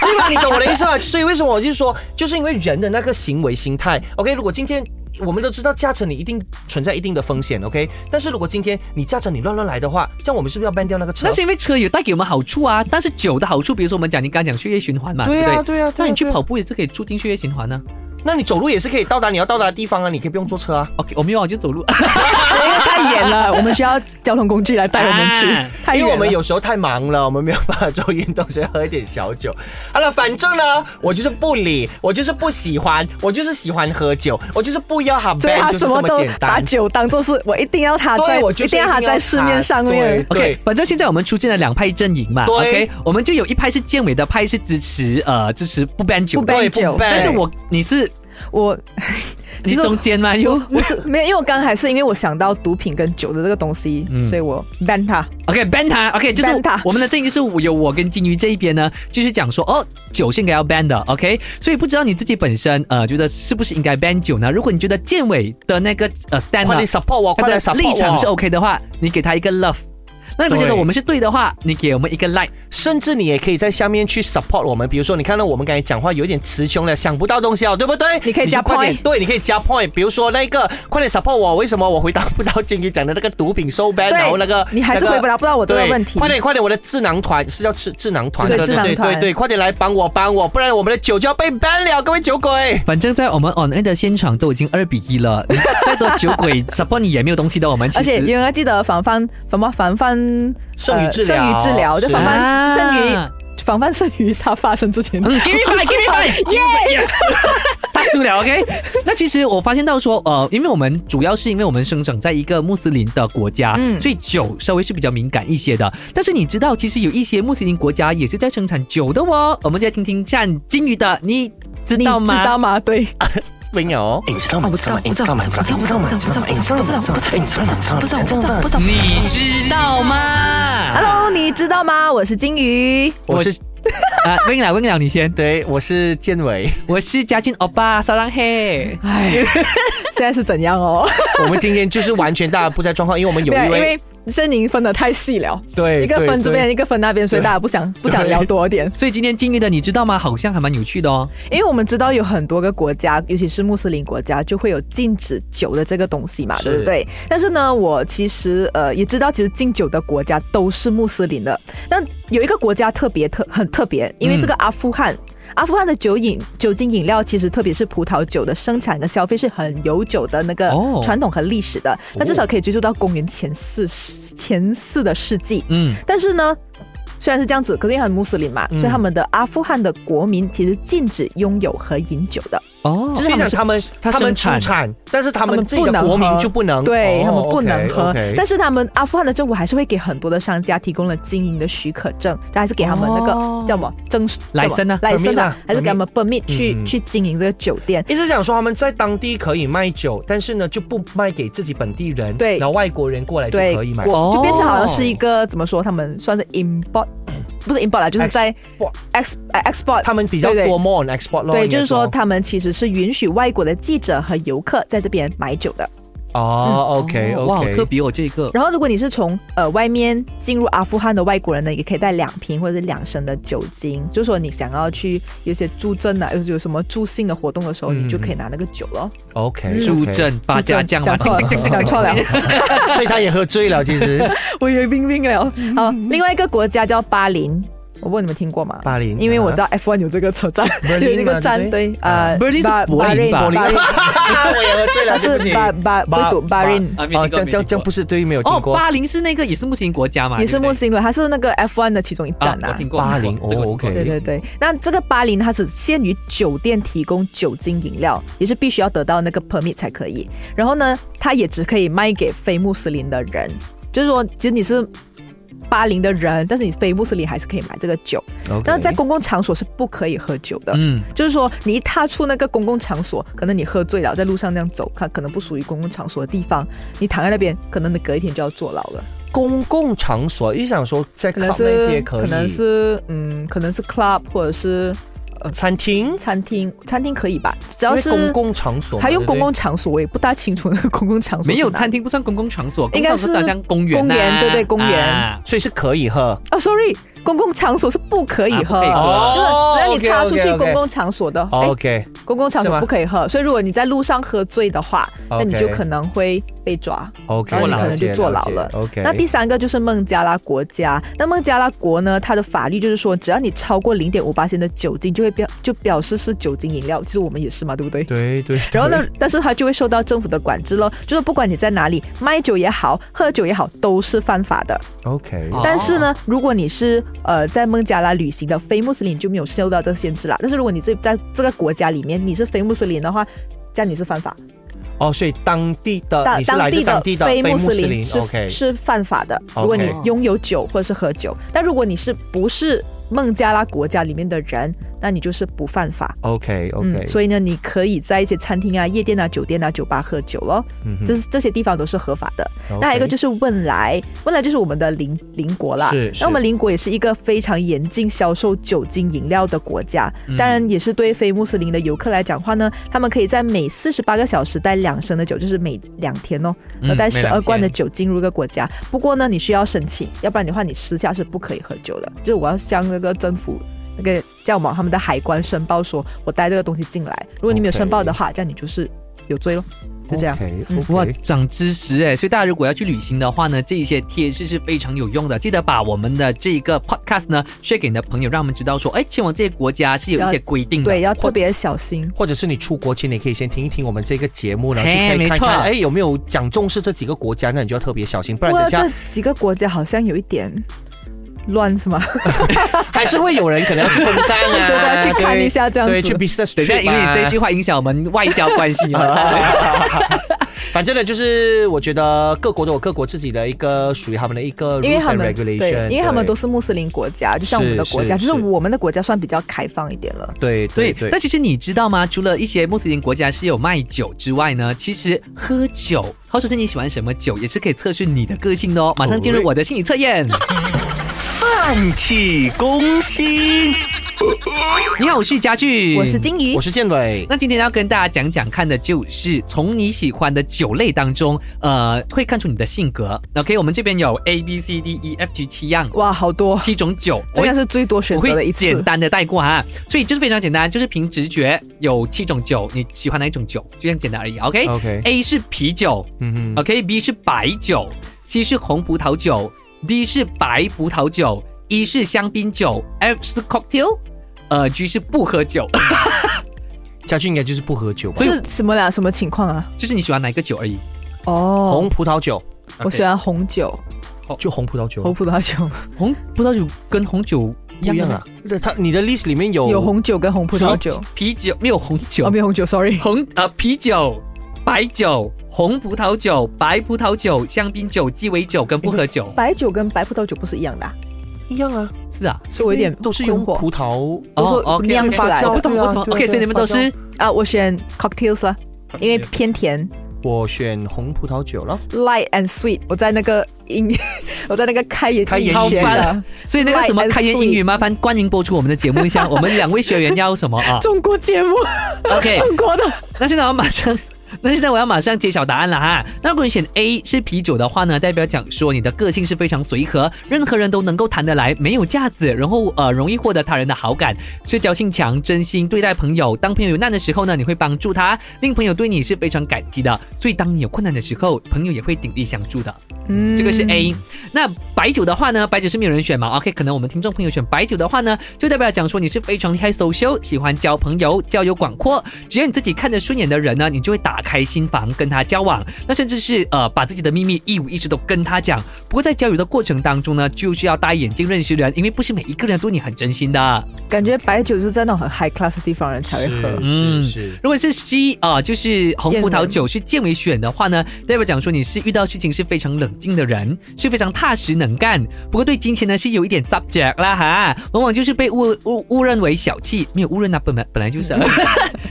Speaker 3: 对吧？你懂我的意思吗？所以为什么我就说，就是因为人的那个行为心态。OK，如果今天我们都知道驾车你一定存在一定的风险，OK，但是如果今天你驾车你乱乱来的话，这样我们是不是要 ban 掉那个车
Speaker 5: 那？是因为车有带给我们好处啊，但是酒的好处，比如说我们讲你刚刚讲血液循环嘛，
Speaker 3: 对啊
Speaker 5: 不
Speaker 3: 对啊对啊
Speaker 5: 那你去
Speaker 3: 对啊
Speaker 5: 跑步也是可以促进血液循环呢、啊
Speaker 3: 那你走路也是可以到达你要到达的地方啊，你可以不用坐车啊。
Speaker 5: OK，我没有啊，我就走路。
Speaker 4: 因为哎太远了，我们需要交通工具来带我们
Speaker 5: 啊
Speaker 4: 去，太
Speaker 3: 因
Speaker 4: 远
Speaker 3: 为我
Speaker 4: 了
Speaker 3: 们。有时候太忙了，我们没有办法做运动，所以喝一点小酒。好了，反正呢，我就是不理，我就是不喜欢，我就是喜欢喝酒，我就是不要哈，
Speaker 4: 所以他
Speaker 3: 就是
Speaker 4: 什
Speaker 3: 这
Speaker 4: 么
Speaker 3: 么
Speaker 4: 都
Speaker 3: 简
Speaker 4: 把
Speaker 3: 单。
Speaker 4: 酒当做是我一定要他在，
Speaker 3: 对我就是
Speaker 4: 定要他
Speaker 3: 一定要
Speaker 4: 在市面上面
Speaker 3: 他。对
Speaker 5: OK，反正现在我们出现了两派阵营嘛。
Speaker 3: 对
Speaker 5: OK，我们就有一派是建委的派是支持呃支持不 ban 酒
Speaker 4: 不
Speaker 5: 的
Speaker 4: ban
Speaker 3: 对
Speaker 4: 酒
Speaker 3: 不 ban
Speaker 5: 但是我你是
Speaker 4: 我
Speaker 5: 你是中间吗？又
Speaker 4: 我我是没有，因为我刚才是因为我想到毒品跟酒的这个东西，
Speaker 3: 嗯
Speaker 4: 所以我 ban 他。
Speaker 5: OK ban 他 OK 就是
Speaker 4: ban 他
Speaker 5: 我们的阵营是有我跟金鱼这一边呢，就是讲说哦酒是应该要 ban 的 OK，所以不知道你自己本身呃觉得是不是应该 ban 酒呢？如果你觉得建委的那个呃
Speaker 4: 啊
Speaker 5: stand
Speaker 3: 快
Speaker 5: 呢
Speaker 3: 点 support 我，
Speaker 5: 他
Speaker 3: 快
Speaker 5: 的
Speaker 3: 点 support 我。
Speaker 5: 立场
Speaker 4: 哦
Speaker 5: 是 OK 的话，你给他一个 love。那你们觉得
Speaker 3: 对
Speaker 5: 我们是对的话，你给我们一个 like。
Speaker 3: 甚至你也可以在下面去 support 我们，比如说你看到我们刚才讲话有一点词穷了，想不到东西哦，对不对？
Speaker 4: 你可以加
Speaker 3: 就快点
Speaker 4: point
Speaker 3: 对，你可以加 point。比如说那个，快点 support 我，为什么我回答不到 金鱼讲的那个毒品 so bad，
Speaker 4: 对
Speaker 3: 哎然后那个
Speaker 4: 你还是
Speaker 3: 那个
Speaker 4: 回答不到我这个问题
Speaker 3: 对快点快点，我的智囊团是叫智智囊团，
Speaker 4: 对
Speaker 3: 对
Speaker 4: 智囊
Speaker 3: 对
Speaker 4: 团
Speaker 3: 对对，快点来帮我帮我，不然我们的酒就要被 ban 了，各位酒鬼。
Speaker 5: 反正在我们 on air 的现场都已经二比一了， 你再多酒鬼 support 你也没有东西的。我们其
Speaker 4: 而且
Speaker 5: 实
Speaker 4: 永远记得防范防范防范呃
Speaker 3: 剩余治疗
Speaker 4: 剩余治疗，就是防范剩余
Speaker 5: 啊
Speaker 4: 防范剩余它发生 之前。
Speaker 5: 嗯，give me five，give me five，yes，他输了，OK。那其实我发现到说，呃，因为我们主要是因为我们生长在一个穆斯林的国家，
Speaker 4: 嗯
Speaker 5: 所以酒稍微是比较敏感一些的。但是你知道，其实有一些穆斯林国家也是在生产酒的哦。我们再听听看金鱼的，你知
Speaker 4: 你
Speaker 5: 道吗？
Speaker 4: 知道吗？对，
Speaker 3: 没有，
Speaker 6: 你知道吗？你知道吗？你知道吗？你知道吗？你知道吗？你知道吗？你知道吗？你知道吗？你知道吗？
Speaker 5: 你知道吗
Speaker 4: Hello，你知道吗？我是金鱼，
Speaker 3: 我是
Speaker 5: 啊，问了问了，你先。
Speaker 3: 对，我是建伟。
Speaker 5: 我是嘉俊欧巴，骚浪嘿。
Speaker 4: 哎， 现在是怎样哦？
Speaker 3: 我们今天就是完全大家不在状况，因为我们有
Speaker 4: 对，
Speaker 3: 一
Speaker 4: 因
Speaker 3: 位
Speaker 4: 为申宁分的太细了，
Speaker 3: 对
Speaker 4: 一个分这。边，
Speaker 3: 对对
Speaker 4: 一个分那边，所以大家不想不想
Speaker 3: 对
Speaker 4: 聊多点。
Speaker 5: 所以今天境遇的你知道吗？好像还蛮有趣的哦。
Speaker 4: 因为我们知道有很多个国家，尤其是穆斯林国家，就会有禁止酒的这个东西嘛，
Speaker 3: 是
Speaker 4: 对不对？但是呢，我其实呃也知道，其实禁酒的国家都是穆斯林的。但有一个国家特别特很特别，因为这个阿富汗。阿富汗的酒饮、酒精饮料，其实特别是葡萄酒的生产跟消费是很悠久的那个
Speaker 5: 哦
Speaker 4: 传统和历史的，那、至少可以追溯到公元前四世前四的世纪。
Speaker 5: 嗯，
Speaker 4: 但是呢，虽然是这样子，可是因为他们穆斯林嘛，
Speaker 3: 嗯
Speaker 4: 所以他们的阿富汗的国民其实禁止拥有和饮酒的，
Speaker 5: 哦，
Speaker 4: 就是
Speaker 3: 虽然
Speaker 4: 他们
Speaker 3: 他们
Speaker 5: 他
Speaker 3: 他们出
Speaker 5: 生产
Speaker 3: 产，但是他
Speaker 4: 他
Speaker 3: 们
Speaker 4: 们
Speaker 3: 自己
Speaker 4: 不
Speaker 3: 的
Speaker 4: 能
Speaker 3: 国民
Speaker 4: 喝
Speaker 3: 就不能，哦
Speaker 4: 对、他们不能喝。但
Speaker 3: 是
Speaker 4: 是他们阿富汗的政府还是会给很多的商家提供了经营的许可证，还是给他们那个、
Speaker 5: 哦
Speaker 4: 叫什么证
Speaker 5: 莱森啊
Speaker 4: 来
Speaker 3: permit
Speaker 4: 生
Speaker 3: 啊
Speaker 4: 还是给他们 permit 去、
Speaker 3: 嗯
Speaker 4: 去经营这个酒店。
Speaker 3: 意思讲说他们在当地可以卖酒，但是呢就不卖给自己本地人，
Speaker 4: 对
Speaker 3: 然后外国人过来就
Speaker 4: 对
Speaker 3: 可以，买。
Speaker 4: 国就变成好像
Speaker 5: 哦
Speaker 4: 是一个、怎么说，他们算是 import，不是 import 啦，就是在 ex 呃 export
Speaker 3: 他们比较
Speaker 4: 对对
Speaker 3: 多 more on export 咯，
Speaker 4: 对，
Speaker 3: 应该
Speaker 4: 就是说他们其实是允许外国的记者和游客在这边买酒的。
Speaker 3: 哦，OK
Speaker 4: 嗯
Speaker 5: 哦哇，好
Speaker 3: OK，
Speaker 5: 特别哦，这个。
Speaker 4: 然后，如果你是从呃外面进入阿富汗的外国人呢，也可以带两瓶或者是两升的酒精。就是说你想要去有些助阵啊，有有什么助兴的活动的时候，
Speaker 3: 嗯
Speaker 4: 你就可以拿那个酒了。
Speaker 3: OK，
Speaker 5: 助，阵八家将嘛，
Speaker 4: 讲错了，讲错了，
Speaker 3: 所以他也喝醉了，其 实
Speaker 4: 我以为冰冰了。好，另外一个国家叫巴林，我问你们听过吗？
Speaker 3: 巴林
Speaker 4: 因为我知道 F1 有这个车站，
Speaker 3: Berlin
Speaker 4: 有这
Speaker 3: 嘛
Speaker 4: 个站
Speaker 3: 对
Speaker 4: 对，呃，
Speaker 5: Berlin 是
Speaker 4: 巴
Speaker 5: 柏林吧
Speaker 4: 巴
Speaker 3: 柏
Speaker 4: 巴
Speaker 3: 林
Speaker 4: 林，
Speaker 3: 啊我也喝醉
Speaker 4: 它
Speaker 3: 了，
Speaker 4: 是巴巴不读巴林。
Speaker 5: 啊，
Speaker 3: 哦，这样这样这样不
Speaker 5: 是
Speaker 3: 是对，没有听
Speaker 5: 哦，
Speaker 3: 过。
Speaker 5: 巴林是那个也是穆斯林国家嘛，
Speaker 4: 你是
Speaker 5: 对不对
Speaker 4: 穆斯林的，它是那个 F1 的其中一站
Speaker 5: 啊，我
Speaker 4: 啊。
Speaker 5: 听过
Speaker 3: 巴林
Speaker 5: 这个我听
Speaker 3: 哦
Speaker 5: 过
Speaker 3: ，OK
Speaker 4: 对对对，那这个巴林它只限于酒店提供酒精饮料，也是必须要得到那个 permit 才可以。然后呢，它也只可以卖给非穆斯林的人，就是说，其实你是巴林的人，但是你非穆斯林还是可以买这个酒。
Speaker 3: OK
Speaker 4: 但是在公共场所是不可以喝酒的。
Speaker 5: 嗯，
Speaker 4: 就是说，你一踏出那个公共场所，可能你喝醉了，在路上那样走，它可能不属于公共场所的地方，你躺在那边，可能你隔一天就要坐牢了。
Speaker 3: 公共场所，一想说在 club
Speaker 4: 可能
Speaker 3: 那些
Speaker 4: 是，
Speaker 3: 可以，
Speaker 4: 可能是，嗯，可能是 club 或者是
Speaker 3: 餐厅，
Speaker 4: 餐厅，餐厅可以吧？只
Speaker 3: 因
Speaker 4: 要
Speaker 3: 为
Speaker 4: 是
Speaker 3: 公共场所嘛，
Speaker 4: 还有公共
Speaker 3: 对
Speaker 4: 场所，我也不大清楚那个公共场所
Speaker 5: 没有
Speaker 4: 是哪里
Speaker 5: 餐，厅不算公共场所，
Speaker 4: 应该是
Speaker 5: 公共场所好像公园、啊、
Speaker 4: 公园对对公园
Speaker 5: 啊
Speaker 3: 不对所以是可以喝。
Speaker 4: 哦，sorry，公共场所是不可以
Speaker 5: 啊不
Speaker 4: 喝。
Speaker 5: 可以喝
Speaker 3: 哦
Speaker 4: 就是只要你踏出去公
Speaker 3: OK，OK，OK
Speaker 4: 共场所的，哎，
Speaker 3: OK，
Speaker 4: 公共场
Speaker 3: 是吗
Speaker 4: 所不可以喝，所以如果你在路上喝醉的话，那你
Speaker 3: OK
Speaker 4: 就可能会被抓。
Speaker 3: OK，
Speaker 4: 然后你可能
Speaker 3: 了解
Speaker 4: 就坐牢了
Speaker 3: 解 OK，
Speaker 4: 那第三个就是孟加拉国家，那孟加拉国呢，它的法律就是说，只要你超过零点五八的酒精，就会标就表示是酒精饮料，其实我们也是嘛，对不对？
Speaker 3: 对对，
Speaker 4: 然后呢，但是他就会受到政府的管制咯，就是不管你在哪里卖酒也好，喝酒也好，都是犯法的。
Speaker 3: 对？OK，
Speaker 5: 哦
Speaker 4: 但是呢，如果你是呃在孟加拉旅行的非穆斯林，就没有受到这个限制啦。但是如果你自己在这个国家里面你是非穆斯林的话，这样你是犯法，
Speaker 3: 哦，所以当地的
Speaker 4: 当
Speaker 3: 呃你是来自当地
Speaker 4: 地
Speaker 3: 的
Speaker 4: 非穆
Speaker 3: 斯
Speaker 4: 林是
Speaker 3: OK，
Speaker 4: 是犯法的。如果你
Speaker 3: OK
Speaker 4: 拥有酒或者是喝酒，但如果你是不是孟加拉国家里面的人，那你就是不犯法。
Speaker 3: OK OK，
Speaker 4: 嗯，所以呢，你可以在一些餐厅啊、夜店啊、酒店啊、酒吧喝酒咯。
Speaker 3: 嗯哼
Speaker 4: 这是这些地方都是合法的。
Speaker 3: OK
Speaker 4: 那还有一个就是汶莱，汶莱就是我们的邻邻国啦。
Speaker 3: 是是
Speaker 4: 那我们邻国也是一个非常严禁销售酒精饮料的国家。
Speaker 3: 嗯
Speaker 4: 当然，也是对非穆斯林的游客来讲话呢，他们可以在每四十八个小时带两升的酒，就是每两天哦，
Speaker 5: 嗯
Speaker 4: 呃带
Speaker 5: 每
Speaker 4: 十
Speaker 5: 两
Speaker 4: 二罐的
Speaker 5: 天
Speaker 4: 酒进入一个国家。不过呢，你需要申请，要不然的话你私下是不可以喝酒的。就是我要向那个政府。那个叫往他们的海关申报说，我带这个东西进来，如果你没有
Speaker 3: OK
Speaker 4: 申报的话这样你就是有罪咯，就这样。嗯
Speaker 3: OK，OK
Speaker 5: 哇，长知识哎！所以大家如果要去旅行的话呢，这一些贴士是非常有用的。记得把我们的这个 podcast 呢 share 给你的朋友，让我们知道说，哎，前往这些国家是有一些规
Speaker 3: 嗯
Speaker 5: 定的。
Speaker 4: 对，要特别小心。
Speaker 3: 或者是你出国前，你可以先听一听我们这个节目，然后去
Speaker 5: 嘿
Speaker 3: 可以
Speaker 5: 没
Speaker 3: 看
Speaker 5: 错
Speaker 3: 看，哎，有没有讲重视这几个国家，那你就要特别小心，不
Speaker 4: 不
Speaker 3: 然等
Speaker 4: 过
Speaker 3: 一下
Speaker 4: 这几个国家好像有一点乱，是吗？
Speaker 3: 还是会有人可能要去公干啊，
Speaker 4: 对吧去看一下这样子
Speaker 3: 对，去 business
Speaker 5: 等一下，
Speaker 3: trip
Speaker 5: 因为你
Speaker 3: 啊
Speaker 5: 这句话影响我们外交关系嘛。
Speaker 3: 反正呢，就是我觉得各国都有各国自己的一个属于他们的一个
Speaker 4: 因为
Speaker 3: rules
Speaker 4: 他
Speaker 3: and
Speaker 4: 们
Speaker 3: regulation，
Speaker 4: 对，因为他们
Speaker 3: 对
Speaker 4: 都是穆斯林国家，就像我们的国家，
Speaker 3: 是
Speaker 4: 只
Speaker 3: 是
Speaker 4: 是我们的国家算比较开放一点了。
Speaker 3: 对
Speaker 5: 对
Speaker 3: 对对，
Speaker 5: 但其实你知道吗？除了一些穆斯林国家是有卖酒之外呢，其实喝酒，或者是你喜欢什么酒，也是可以测试你的个性的哦。马 上进入我的心理测验。
Speaker 6: 泛起攻心。
Speaker 5: 你好，我是家具，
Speaker 4: 我是。金鱼
Speaker 3: 我，是建伟。
Speaker 5: 那今天要跟大家讲讲看的就是从你喜欢的酒类当中，呃，会看出你的性格。OK，我们这边有 A B C D E F G 七样，
Speaker 4: 哇，好多，
Speaker 5: 七种酒，
Speaker 4: 这应该是最多选
Speaker 5: 我
Speaker 4: 择的
Speaker 5: 会
Speaker 4: 一次
Speaker 5: 简。单的带过啊，所以就是非常简单，就是凭直觉有七种酒，你喜欢哪一种酒，就这样简单而已。OK，A、
Speaker 4: 哎
Speaker 3: OK，
Speaker 5: 是啤酒
Speaker 3: 嗯哼，
Speaker 5: ，OK，B 是白酒，C 是红葡萄酒，D 是白葡萄酒，E 是香槟酒，F 是 cocktail，呃，G 是不喝酒，
Speaker 3: 家具应该就是不喝酒吧？
Speaker 4: 是什么啦？什么情况啊？
Speaker 5: 就是你喜欢哪一个酒而已。
Speaker 4: 哦
Speaker 3: 红，葡萄酒
Speaker 4: 我
Speaker 5: OK
Speaker 4: 喜欢红酒、
Speaker 3: 就红葡萄酒
Speaker 4: 红葡萄酒，
Speaker 5: 红葡萄酒跟红酒一
Speaker 3: 不
Speaker 5: 样
Speaker 3: 一样
Speaker 5: 吗
Speaker 3: 啊。那它你的 list 里面有
Speaker 4: 有红酒跟红葡萄酒，
Speaker 5: 啤酒没有红酒，
Speaker 4: 哦，没有红酒，sorry。
Speaker 5: 红呃啤酒、白酒、红葡萄酒、白葡萄酒、香槟酒、鸡尾酒跟不喝酒。
Speaker 4: 白酒跟白葡萄酒不是一样的啊，
Speaker 3: 一样啊，
Speaker 5: 是啊，
Speaker 4: 所以我有点
Speaker 3: 都是用
Speaker 4: 困惑
Speaker 3: 葡萄
Speaker 4: 都是
Speaker 5: 哦，OK，OK
Speaker 4: 酿出来的
Speaker 5: 我懂
Speaker 3: 对啊
Speaker 5: 我懂。
Speaker 3: 对啊
Speaker 5: OK，
Speaker 3: 对啊
Speaker 5: 所以你们都是
Speaker 4: 啊。我选 cocktails 啦，因为偏甜
Speaker 3: 我选红葡萄酒了。
Speaker 4: ，light and sweet。我在那个英， 我在那个开眼啊
Speaker 3: 开眼
Speaker 4: 学
Speaker 5: 好烦
Speaker 4: 的
Speaker 5: 所以那个什么
Speaker 4: Light and
Speaker 5: 开言英语，麻烦冠云播出我们的节目一下，我们两位学员要什么 啊
Speaker 4: 中国节目，
Speaker 5: ？OK，
Speaker 4: 中国的
Speaker 5: 那现在我马上。那现在我要马上揭晓答案了哈。那如果你选 A 是啤酒的话呢，代表讲说你的个性是非常随和，任何人都能够谈得来，没有架子，然后呃容易获得他人的好感，社交性强，真心对待朋友。当朋友有难的时候呢，你会帮助他，令朋友对你是非常感激的。所以当你有困难的时候，朋友也会鼎力相助的。
Speaker 4: 嗯
Speaker 5: 这个是 A。那白酒的话呢，白酒是没有人选嘛？OK，可能我们听众朋友选白酒的话呢，就代表讲说你是非常厉害 social，喜欢交朋友，交友广阔。只要你自己看着顺眼的人呢，你就会打开心房跟他交往，那甚至是呃把自己的秘密一五一十都跟他讲。不过在交友的过程当中呢，就是要戴眼镜认识人，因为不是每一个人都对你很真心的。
Speaker 4: 感觉白酒是在那种很 high class 的地方人才会喝。
Speaker 5: 嗯
Speaker 3: 是，
Speaker 5: 如果是 C 啊、就是红葡萄
Speaker 4: 见闻
Speaker 5: 酒是建委选的话呢，代表讲说你是遇到事情是非常冷静的人，是非常踏实能干。不过对金钱呢是有一点 subject 啦哈，往往就是被误误误认为小气，没有误认啊，本来本来 就是啊，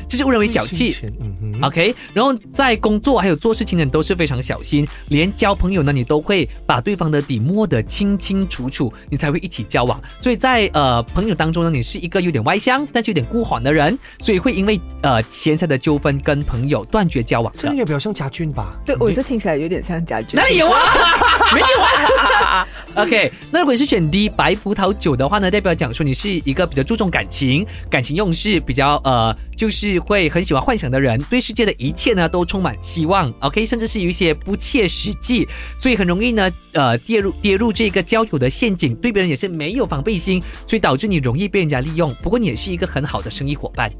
Speaker 5: 就是误认为小气。
Speaker 3: 金钱，嗯哼
Speaker 5: OK，然后在工作还有做事情呢，你都是非常小心，连交朋友呢，你都会把对方的底摸得清清楚楚，你才会一起交往。所以在呃朋友当中呢，你是一个有点外向，但是有点孤寒的人，所以会因为呃钱财的纠纷跟朋友断绝交往
Speaker 3: 这个
Speaker 5: 的。
Speaker 3: 也比较像家俊吧？
Speaker 4: 对，我这听起来有点像家具。
Speaker 5: 哪里有啊？ 没有啊。OK，那 如果你是选 D 白葡萄酒的话呢，代表讲说你是一个比较注重感情、感情用事，比较呃，就是会很喜欢幻想的人，对世界的一切呢都充满希望。OK，甚至是有一些不切实际，所以很容易呢，呃，跌入跌入这个交友的陷阱，对别人也是没有防备心，所以导致你容易被人家利用。不过你也是一个很好的生意伙伴。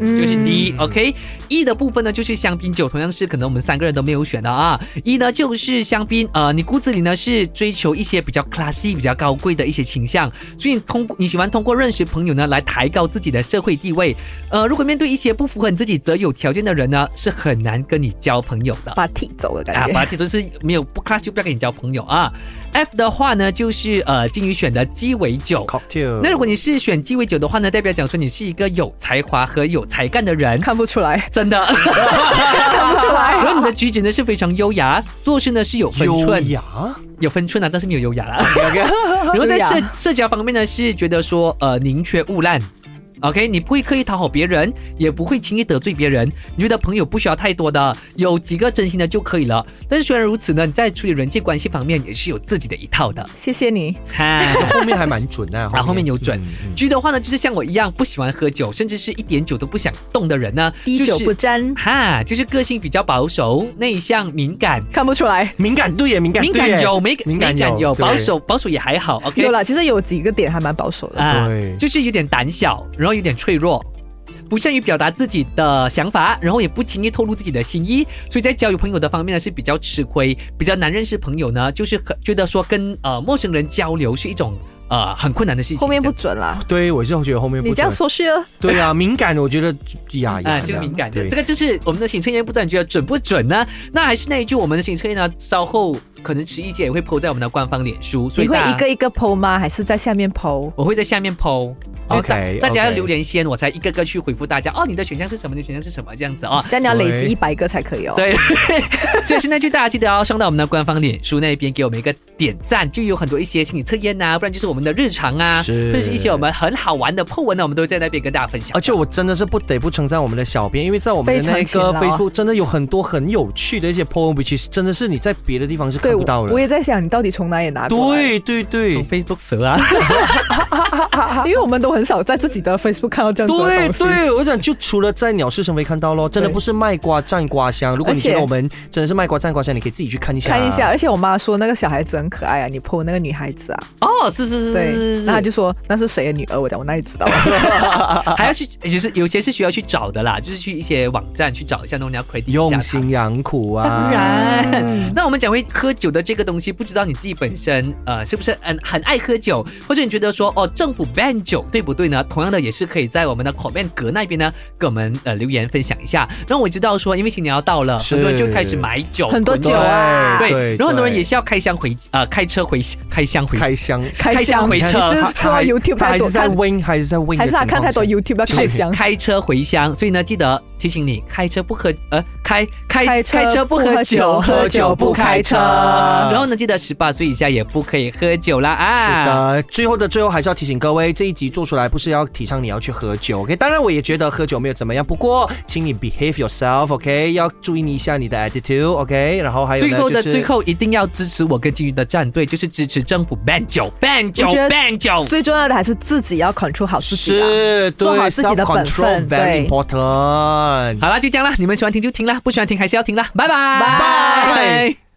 Speaker 4: 嗯
Speaker 5: 就是 D、OK。E 的部分呢，就是香槟酒，同样是可能我们三个人都没有选的啊。E 呢就是香槟，呃，你骨子里呢是追求一些比较 classy、比较高贵的一些倾向，所以你通你喜欢通过认识朋友呢来抬高自己的社会地位。呃，如果面对一些不符合你自己择友条件的人呢，是很难跟你交朋友的。
Speaker 4: 把踢走的
Speaker 5: 啊
Speaker 4: 感，
Speaker 5: 把
Speaker 4: 觉。
Speaker 5: 剔就是没有不 class 就不要跟你交朋友啊。F 的话呢，就是呃金鱼选的鸡尾酒。
Speaker 3: Cocktail。
Speaker 5: 那如果你是选鸡尾酒的话呢，代表讲说你是一个有才华和有才干的人，
Speaker 4: 看不出来，
Speaker 5: 真 的看不出来。然后你的举止呢是非常优雅，做事呢是有分
Speaker 3: 优
Speaker 5: 寸，
Speaker 3: 雅
Speaker 5: 有分寸啊，但是没有优雅啦。
Speaker 3: ，OK，
Speaker 5: 然后在社
Speaker 4: 优雅
Speaker 5: 社交方面呢，是觉得说呃宁缺毋滥。OK，你不会刻意讨好别人，也不会轻易得罪别人。你觉得朋友不需要太多的，有几个真心的就可以了。但是虽然如此呢，你在处理人际关系方面也是有自己的一套 的。
Speaker 4: 谢谢你。
Speaker 5: 哈。
Speaker 3: 后面还蛮准啊，
Speaker 5: 啊后面有准
Speaker 3: 嗯嗯
Speaker 5: G 的话呢，就是像我一样不喜欢喝酒，甚至是一点酒都不想动的人呢，
Speaker 4: 滴酒不沾，
Speaker 5: 哈，就是个性比较保守、内向、敏感。
Speaker 4: 看不出
Speaker 5: 哎
Speaker 4: 来。
Speaker 3: 嗯敏感度也敏感，
Speaker 5: 敏
Speaker 3: 对
Speaker 5: 感
Speaker 3: 耶
Speaker 5: 有，没
Speaker 3: 敏
Speaker 5: 敏
Speaker 3: 感
Speaker 5: 感
Speaker 3: 有
Speaker 5: 有，
Speaker 3: 对
Speaker 5: 保守保守也还好，OK。
Speaker 4: 有啦，其实有几个点还蛮保守的。
Speaker 5: 啊
Speaker 3: 对，
Speaker 5: 就是有点胆小，然后有点脆弱，不善于表达自己的想法，然后也不轻易透露自己的心意，所以在交友朋友的方面呢是比较吃亏，比较难认识朋友呢，就是很觉得说跟呃陌生人交流是一种呃很困难的事情。
Speaker 4: 后面不
Speaker 5: 这样
Speaker 4: 准啦，
Speaker 3: 对，我是觉得后面不
Speaker 4: 你这样
Speaker 3: 准
Speaker 4: 说是啊
Speaker 3: 对啊，敏感，我觉得呀呀
Speaker 5: 啊，
Speaker 4: 哎
Speaker 3: 的，
Speaker 5: 这个敏感的，
Speaker 3: 对
Speaker 5: 啊这个就是我们的行测验，不知道你觉得准不准呢？那还是那一句，我们的行测验呢，稍后可能迟一些也会 PO 在我们的官方脸书，所以
Speaker 4: 你会
Speaker 5: 大家
Speaker 4: 一个一个剖吗？还是在下面剖？
Speaker 5: 我会在下面 PO。就是大
Speaker 3: OK，OK
Speaker 5: 大家要留言先，我才一个个去回复大家。哦，你的选项是什么？你的选项是什么？这样子哦。
Speaker 4: 这样你要累积一百个才可以哦。
Speaker 5: 对， 所以现在就大家记得要上到我们的官方脸书那边给我们一个点赞，就有很多一些心理测验呐、不然就是我们的日常啊，
Speaker 3: 是
Speaker 5: 就是一些我们很好玩的破文啊呢、我们都会在那边跟大家分享。
Speaker 4: 哦
Speaker 3: 而且我真的是不得不称赞我们的小编，因为在我们的那个
Speaker 4: 非常勤劳啊
Speaker 3: Facebook 真的有很多很有趣的一些 poem，which is 真的是你在别的地方是看
Speaker 4: 对，
Speaker 3: 不到
Speaker 4: 我
Speaker 3: 的
Speaker 4: 我。也在想，你到底从哪里拿过来？
Speaker 3: 对对对
Speaker 5: 从 Facebook 蛇 啊，
Speaker 4: 因为我们都很少在自己的 Facebook 看到这样子的
Speaker 3: 对
Speaker 4: 东西。
Speaker 3: 对，我想就除了在鸟市生没看到咯，真的
Speaker 4: 对
Speaker 3: 不是卖瓜蘸瓜香。如果你
Speaker 4: 而且
Speaker 3: 觉得我们真的是卖瓜蘸瓜香，你可以自己去看一下，
Speaker 4: 看一下，。而且我妈说那个小孩子很可爱啊，你 PO 那个女孩子啊，
Speaker 5: 哦，是是是
Speaker 4: 对
Speaker 5: 是是，，
Speaker 4: 然后她
Speaker 5: 是，
Speaker 4: 就说那是谁的女儿？我讲我哪里知道？啊
Speaker 5: 还要去，就是有些是需要去找的啦，就是去一些网站去找一下，那种你要 credit 一下
Speaker 3: 用
Speaker 5: 它
Speaker 3: 心良苦啊！
Speaker 5: 当
Speaker 4: 嗯
Speaker 5: 然，那我们讲回喝酒的这个东西，不知道你自己本身呃是不是很很爱喝酒，或者你觉得说哦政府 ban 酒对不对呢？同样的也是可以在我们的 comment 格那边呢给我们呃留言分享一下。那我知道说，因为新年要到了，
Speaker 3: 是
Speaker 5: 很多人就开始买酒，
Speaker 4: 很多
Speaker 5: 囤
Speaker 4: 酒啊
Speaker 5: 对，
Speaker 3: 对
Speaker 5: 然后很多人
Speaker 3: 对
Speaker 5: 也是要开箱回呃开车回开箱回。
Speaker 3: 开箱，
Speaker 5: 开箱回车
Speaker 4: 你
Speaker 3: 他
Speaker 4: 是说
Speaker 3: 他
Speaker 4: YouTube
Speaker 3: 他
Speaker 4: 太
Speaker 3: 还
Speaker 4: 多
Speaker 3: 是在
Speaker 4: 看，
Speaker 3: win 还是在 win，
Speaker 4: 还是她看太多 YouTube 要
Speaker 5: 就是
Speaker 4: 开箱？
Speaker 5: 开车回乡，所以呢，记得提醒你开车不喝，呃，开开
Speaker 4: 开车
Speaker 5: 不
Speaker 4: 不
Speaker 5: 喝
Speaker 4: 喝
Speaker 5: 酒，喝
Speaker 4: 酒喝
Speaker 5: 酒
Speaker 4: 酒
Speaker 5: 不
Speaker 4: 不
Speaker 5: 开
Speaker 4: 开
Speaker 5: 车。
Speaker 4: 车
Speaker 5: 然后呢，记得十八岁以下也不可以喝酒啦啊！
Speaker 3: 呃，最后的最后还是要提醒各位，这一集做出来不是要提倡你要去喝酒，OK？当然我也觉得喝酒没有怎么样，不过请你 behave yourself，OK？、要注意一下你的 attitude，OK？、然后还有
Speaker 5: 最
Speaker 3: 呢，
Speaker 5: 后的
Speaker 3: 就是
Speaker 5: 最后，一定要支持我跟金鱼的战队，就是支持政府 ban 酒，ban 酒
Speaker 4: 我觉得
Speaker 5: ，ban 酒。
Speaker 4: 最重要的还是自己要 control 好自己啊。
Speaker 3: 是
Speaker 4: 做好自己的本
Speaker 3: self-control
Speaker 4: 分
Speaker 3: very
Speaker 4: 对
Speaker 3: important。
Speaker 5: 好啦，就这样啦，你们喜欢听就听啦，不喜欢听还是要听啦，拜拜
Speaker 4: 拜
Speaker 5: 拜。